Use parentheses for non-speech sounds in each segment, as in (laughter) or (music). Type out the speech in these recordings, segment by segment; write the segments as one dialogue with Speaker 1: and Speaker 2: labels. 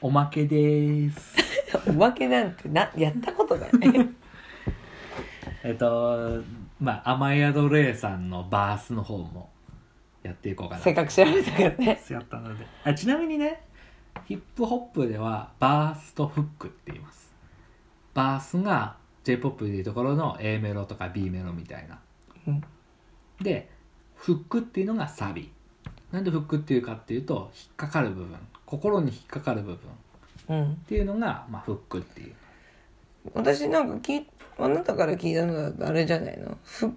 Speaker 1: おまけです。
Speaker 2: おまけなんてなやったことない
Speaker 1: えっと、まあ、雨宿レイさんのバースの方もやっていこうかな。
Speaker 2: (laughs) せっかく調べたからね
Speaker 1: やったので。あ、ちなみにね、ヒップホップではバースとフックって言います。バースが J-POP でいうところの A メロとか B メロみたいな。
Speaker 2: うん
Speaker 1: で、フックっていうのがサビ。なんでフックっていうかっていうと、引っかかる部分。心に引っかかる部分っ
Speaker 2: うん
Speaker 1: ていうのが、まあ、フックっていう。
Speaker 2: 私なんか聞いあなたから聞いたのだとあれじゃないのふ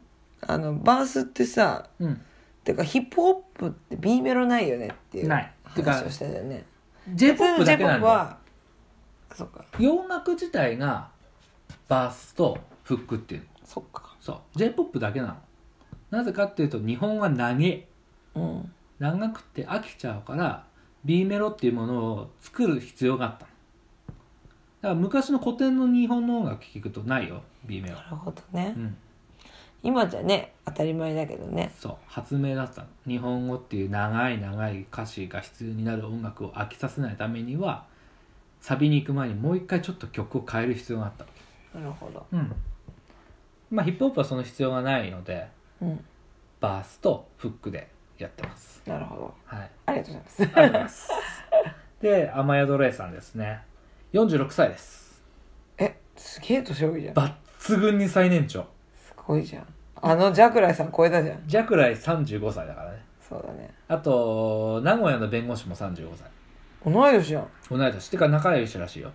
Speaker 2: あのバースってさ
Speaker 1: うん。
Speaker 2: てかヒップホップって B メロないよねっていう
Speaker 1: ないてか
Speaker 2: 話をしてたよね
Speaker 1: J-POP だけなんだ
Speaker 2: J-POP
Speaker 1: よ。
Speaker 2: はそっか
Speaker 1: 洋楽自体がバースとフックっていうの
Speaker 2: そっか
Speaker 1: そう j p o p だけなのなぜかっていうと日本は長い
Speaker 2: うん
Speaker 1: 長くて飽きちゃうから B メロっていうものを作る必要があったのだから昔の古典の日本の音楽聴くとないよ B メロ
Speaker 2: なるほどね
Speaker 1: うん
Speaker 2: 今じゃね当たり前だけどね
Speaker 1: そう発明だったの日本語っていう長い長い歌詞が必要になる音楽を飽きさせないためにはサビに行く前にもう一回ちょっと曲を変える必要があった
Speaker 2: なるほど
Speaker 1: うんまあヒップホップはその必要がないので
Speaker 2: うん
Speaker 1: バースとフックでやってます
Speaker 2: なるほど
Speaker 1: はい
Speaker 2: ありがとうござい
Speaker 1: ありがとうござ
Speaker 2: ま
Speaker 1: い
Speaker 2: す
Speaker 1: ますで雨宿レイさんですね46歳です
Speaker 2: (laughs) えすげえ年多いじゃん
Speaker 1: 抜群に最年長
Speaker 2: すごいじゃんあのジャクライさん超えたじゃん
Speaker 1: ジャクライ35歳だからね
Speaker 2: そうだね
Speaker 1: あと名古屋の弁護士も35歳
Speaker 2: 同い年じゃん
Speaker 1: 同い年てか仲良しらしいよ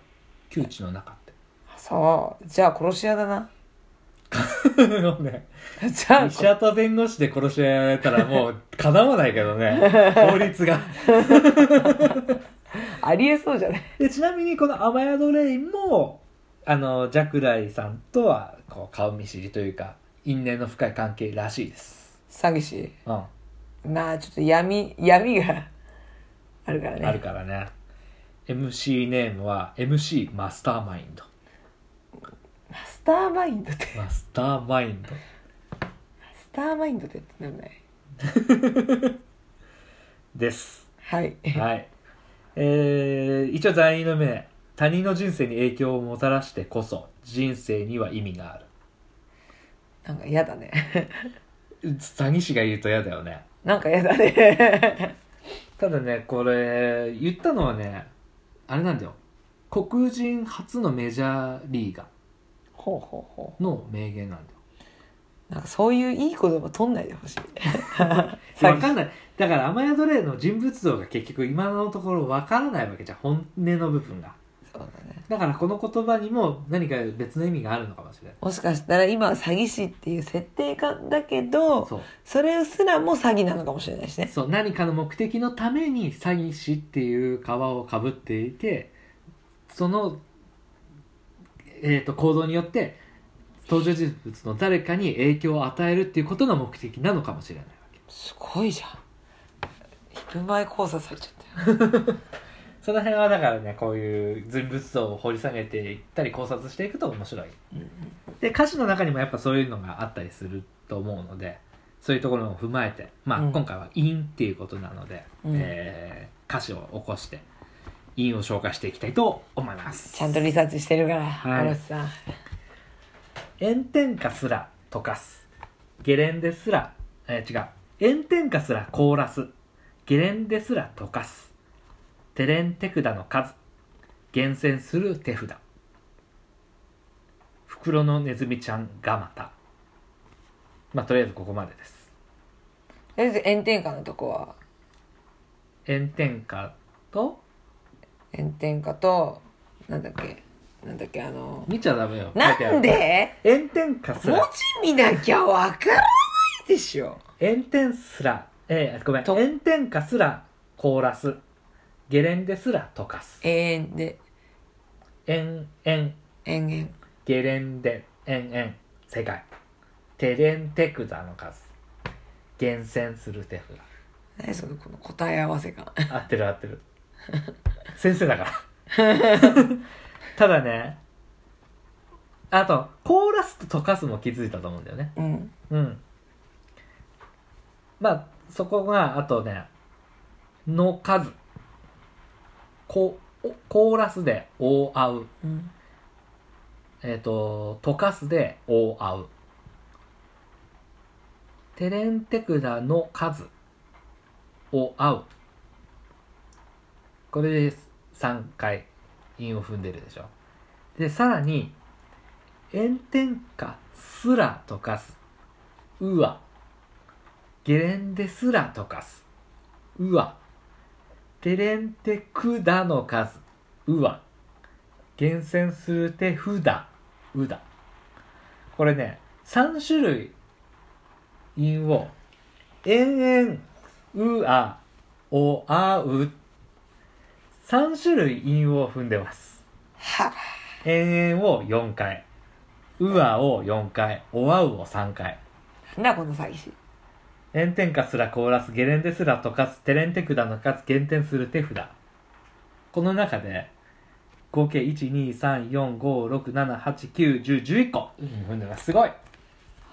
Speaker 1: 旧知の中って
Speaker 2: そうじゃあ殺し屋だな (laughs)
Speaker 1: (laughs) もうね
Speaker 2: じゃあ
Speaker 1: 医者と弁護士で殺し合いやったらもうかなわないけどね法律が
Speaker 2: ありえそうじゃない
Speaker 1: でちなみにこの「雨宿レイも」あのジャクライさんとはこう顔見知りというか因縁の深い関係らしいです、
Speaker 2: 詐欺師
Speaker 1: うん
Speaker 2: まあちょっと闇闇が (laughs) あるからね
Speaker 1: あるからね MC ネームは MC マスターマインド
Speaker 2: マスターマインドって (laughs)
Speaker 1: マスターマインド
Speaker 2: スターマインドってってなんない
Speaker 1: です
Speaker 2: はい
Speaker 1: はいえー、一応在員の名他人の人生に影響をもたらしてこそ人生には意味がある
Speaker 2: なんか嫌だね (laughs)
Speaker 1: 詐欺師が言うと嫌だよね
Speaker 2: なんか嫌だね
Speaker 1: ただねこれ言ったのはねあれなんだよ黒人初のメジャーリーガ
Speaker 2: (laughs) ほうほうほ
Speaker 1: ーの名言なんだよ
Speaker 2: うなんかそういういい言葉取んないで (laughs) ほしい詐
Speaker 1: 分
Speaker 2: 欺
Speaker 1: かんないだからアマヤドレイの人物像が結局今のところ分からないわけじゃん本音の部分が
Speaker 2: そうだね
Speaker 1: だからこの言葉にも何か別の意味があるのかもしれない
Speaker 2: もしかしたら今は詐欺師っていう設定かだけど
Speaker 1: そう
Speaker 2: それすらも詐欺なのかもしれないしね
Speaker 1: (laughs) そう何かの目的のために詐欺師っていう皮をかぶっていてその、えー、と行動によって登場人物の誰かに影響を与えるっていうことが目的なのかもしれないわけ
Speaker 2: すごいじゃん昼前交差されちゃったよ
Speaker 1: その辺はだからねこういう人物像を掘り下げていったり考察していくと面白いで歌詞の中にもやっぱそういうのがあったりすると思うのでそういうところを踏まえて、まあ
Speaker 2: うん
Speaker 1: 今回は「陰」っていうことなので、
Speaker 2: うん
Speaker 1: えー歌詞を起こして「陰」を紹介していきたいと思います
Speaker 2: ちゃんとリサーチしてるから、
Speaker 1: はい
Speaker 2: おろしさん
Speaker 1: 炎天下すら溶かすゲレンデすら、えー違う炎天下すら凍らすゲレンデすら溶かすテレン手札の数厳選する手札袋のネズミちゃんがまたまあとりあえずここまでです
Speaker 2: とりあえず炎天下のとこは
Speaker 1: 炎天下と
Speaker 2: 炎天下となんだっけなんだっけあの
Speaker 1: 見ちゃダメよ書いてあ
Speaker 2: な
Speaker 1: る
Speaker 2: んで
Speaker 1: 炎天下す
Speaker 2: 文
Speaker 1: ら
Speaker 2: 字見なきゃわからないでしょ
Speaker 1: 炎天すらえー、ごめん
Speaker 2: と
Speaker 1: 炎天下すら凍らすゲレンデすら溶かす
Speaker 2: 永遠で
Speaker 1: 炎炎
Speaker 2: 延々
Speaker 1: ゲレンデ炎炎世界テレンテクザの数厳選する手
Speaker 2: 何そのこの答え合わせ感
Speaker 1: 札合ってる合ってる先生だからただねあと凍らすと溶かすも気づいたと思うんだよね
Speaker 2: うん
Speaker 1: うん。まあ、そこが、あとね、の数。こ、おコーラスで「おうあう
Speaker 2: うん」
Speaker 1: えっ、と「溶かす」で「おうあう」「テレンテクダの数」「おうあう」これで3回韻を踏んでるでしょでさらに「炎天下すら溶かす」「うわ」「ゲレンデすら溶かす」「うわ」テレンテクダの数、うわ。厳選する手札、うだ。これね、3種類、韻を、えんえん、うあ、おあう。3種類韻を踏んでます。
Speaker 2: は
Speaker 1: えんえんを4回、うあを4回、おあうを3回。
Speaker 2: あなんだこの詐欺師
Speaker 1: 炎天下すら凍らすゲレンデすら溶かすテレンテクダの数減点する手札この中で合計1234567891011個踏んでますすごい
Speaker 2: は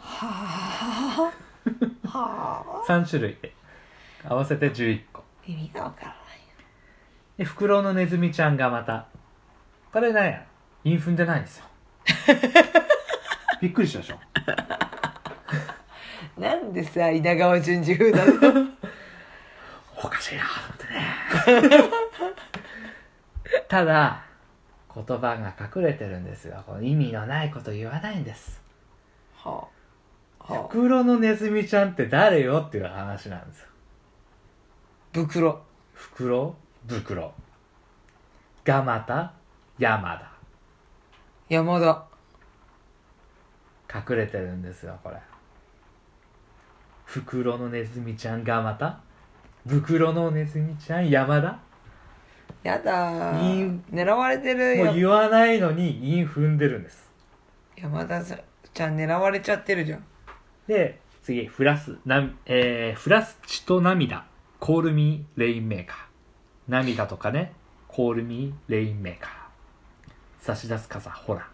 Speaker 2: あはあ
Speaker 1: 3種類で合わせて11個
Speaker 2: 意味がわからない
Speaker 1: でフクロウのネズミちゃんがまたこれね韻踏んでないん (laughs) ですよびっくりしたでしょ
Speaker 2: なんでさ稲川淳二風なの
Speaker 1: おかしいなと思ってね (laughs) ただ言葉が隠れてるんですよこの意味のないこと言わないんです
Speaker 2: はあ
Speaker 1: 袋
Speaker 2: はあ
Speaker 1: のネズミちゃんって誰よっていう話なんですよ
Speaker 2: 袋
Speaker 1: 袋袋がまた山だ
Speaker 2: 山田
Speaker 1: 隠れてるんですよこれ袋のネズミちゃんがまた袋のネズミちゃん山田
Speaker 2: やだー
Speaker 1: いい
Speaker 2: 狙われてる
Speaker 1: もう
Speaker 2: よ
Speaker 1: 言わないのに韻踏んでるんです
Speaker 2: 山田さんちゃん狙われちゃってるじゃん
Speaker 1: で次フラスな、えー、フラス血と涙コールミーレインメーカー涙とかねコールミーレインメーカー差し出す傘ほら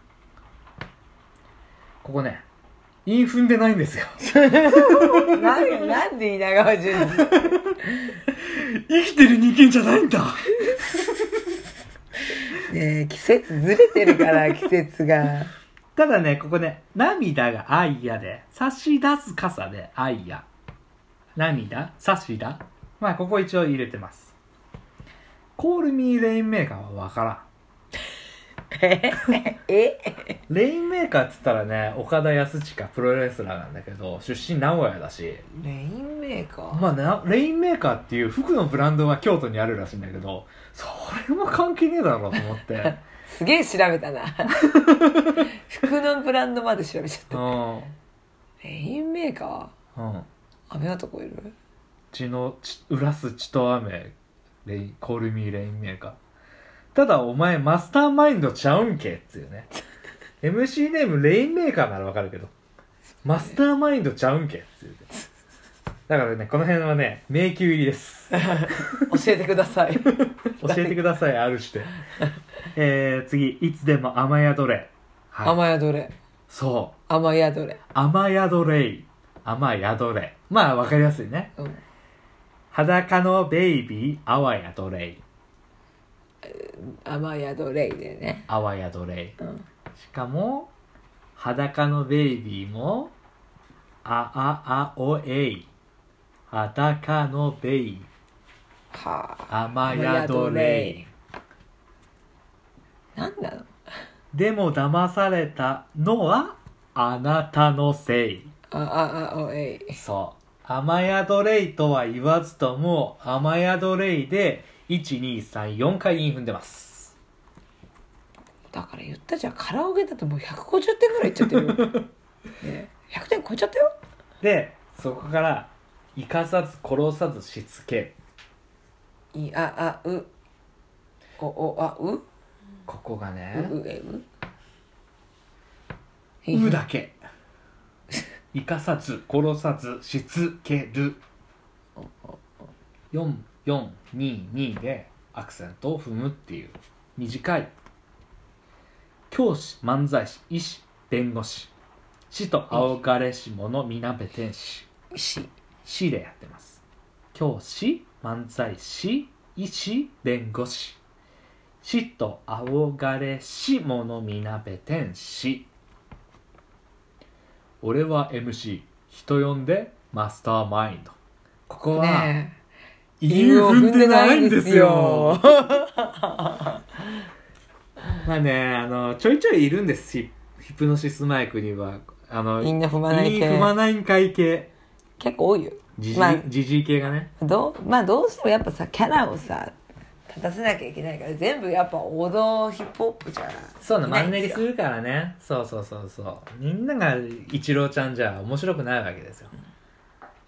Speaker 1: ここね韻踏んでないんですよ
Speaker 2: なんなんで稲川淳 (laughs)
Speaker 1: (laughs)
Speaker 2: 二
Speaker 1: 生きてる人間じゃないんだ
Speaker 2: ねえ季節ずれてる (laughs) から季節が
Speaker 1: ただねここね涙が愛やで差し出す傘で愛や涙差し出まあここ一応入れてますコールミーレインメーカーはわからん
Speaker 2: え
Speaker 1: レインメーカーっつったらね岡田康親プロレスラーなんだけど出身名古屋だし
Speaker 2: レインメーカー、
Speaker 1: まあなレインメーカーっていう服のブランドが京都にあるらしいんだけどそれも関係ねえだろうと思って、うん、
Speaker 2: すげえ調べたな (laughs) 服のブランドまで調べちゃったレインメーカ
Speaker 1: うん
Speaker 2: ー雨男いる
Speaker 1: 血の血浦す血と雨レイコールミーレインメーカーただお前マスターマインドちゃうんけっつうね MC ネームレインメーカーならわかるけどマスターマインドちゃうんけっつうねだからねこの辺はね迷宮入りです
Speaker 2: (laughs) 教えてください
Speaker 1: 教えてくださいあるしてえー、次いつでも雨宿れ、はい、
Speaker 2: 雨宿れ
Speaker 1: そ
Speaker 2: 雨宿れ
Speaker 1: う雨宿れい雨宿れまあわかりやすいね
Speaker 2: うん
Speaker 1: 裸のベイビーあわやどれい
Speaker 2: 雨宿れでね
Speaker 1: あわやどれい
Speaker 2: うん
Speaker 1: しかも裸のベイビーもあああおえい裸のベイ
Speaker 2: はあ
Speaker 1: あまやどれい
Speaker 2: なんなの
Speaker 1: でも騙されたのはあなたのせい
Speaker 2: あああおえい
Speaker 1: そう。雨宿れいとは言わずとも、雨宿れいで、1、2、3、4回韻踏んでます。
Speaker 2: だから言ったじゃんカラオケだともう150点ぐらいいっちゃって
Speaker 1: (laughs)
Speaker 2: るよ、ね、100点超えちゃったよ
Speaker 1: で、そこから、生かさず殺さずしつけ。
Speaker 2: いああうおおあう
Speaker 1: ここがね、
Speaker 2: うえういう
Speaker 1: だけ。生かさず殺さずしつける。4、4、2、2でアクセントを踏むっていう。短い。教師、漫才師、医師、弁護士。師と青がれし者、みなべ天使。
Speaker 2: し
Speaker 1: 師でやってます教師漫才師医師弁護士死と憧れし者みなべ天使俺は MC 人呼んでマスターマインドここは、
Speaker 2: ねえ
Speaker 1: 韻を踏んでないんですよ。 (laughs) まあねあのちょいちょいいるんですヒヒプノシスマイクにはあの
Speaker 2: みんな踏まない系
Speaker 1: 韻踏まないんかい系
Speaker 2: 結構多いよ
Speaker 1: じじ
Speaker 2: まあ
Speaker 1: じじい系がね
Speaker 2: どうまあどうしてもやっぱさキャラをさ立たせなきゃいけないから全部やっぱ王道ヒップホップじゃ
Speaker 1: そうなマンネリ
Speaker 2: い
Speaker 1: す
Speaker 2: ないんで
Speaker 1: るからねそうそうそうそうみんなが一郎ちゃんじゃ面白くないわけですよ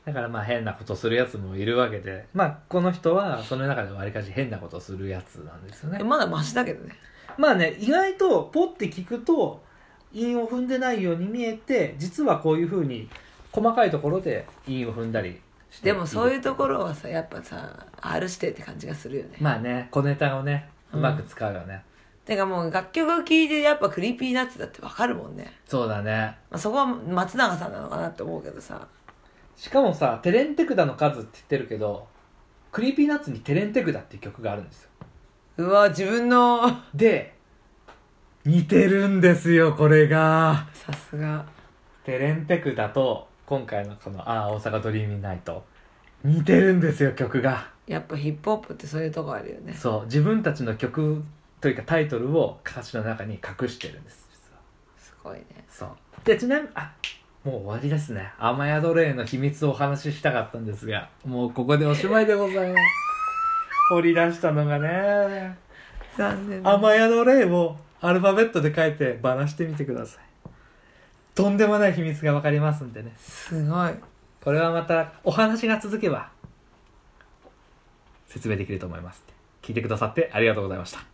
Speaker 1: だからまあ変なことするやつもいるわけでまあこの人はその中でわりかし変なことするやつなんですよ
Speaker 2: す
Speaker 1: ね
Speaker 2: よまだマシだけどね
Speaker 1: まあね意外とポッて聞くと韻を踏んでないように見えて実はこういうふうに細かいところで韻を踏んだりして
Speaker 2: でもそういううところはさやっぱさ R してって感じがするよね
Speaker 1: まあね小ネタをねうまく使うよね、
Speaker 2: てかもう楽曲を聴いてやっぱクリーピーナッツだってわかるもんね、
Speaker 1: そうだね
Speaker 2: まあ、そこは松永さんなのかなって思うけどさ
Speaker 1: しかもさ「テレンテクダの数」って言ってるけどクリーピーナッツに「テレンテクダ」っていう曲があるんですよ
Speaker 2: うわ自分の (laughs)
Speaker 1: で似てるんですよこれが
Speaker 2: さすが
Speaker 1: テレンテクダと今回のこの「ああ大阪ドリーミーナイト」似てるんですよ曲が
Speaker 2: やっぱヒップホップってそういうとこあるよね
Speaker 1: そう自分たちの曲というかタイトルを歌詞の中に隠してるんです実は
Speaker 2: すごいね
Speaker 1: そうでちなみにあもう終わりですね雨宿れの秘密をお話ししたかったんですがもうここでおしまいでございます掘り出したのがね
Speaker 2: 残念だね
Speaker 1: 雨宿れをアルファベットで書いてバラしてみてくださいとんでもない秘密がわかりますんでね
Speaker 2: すごい
Speaker 1: これはまたお話が続けば説明できると思います聞いてくださってありがとうございました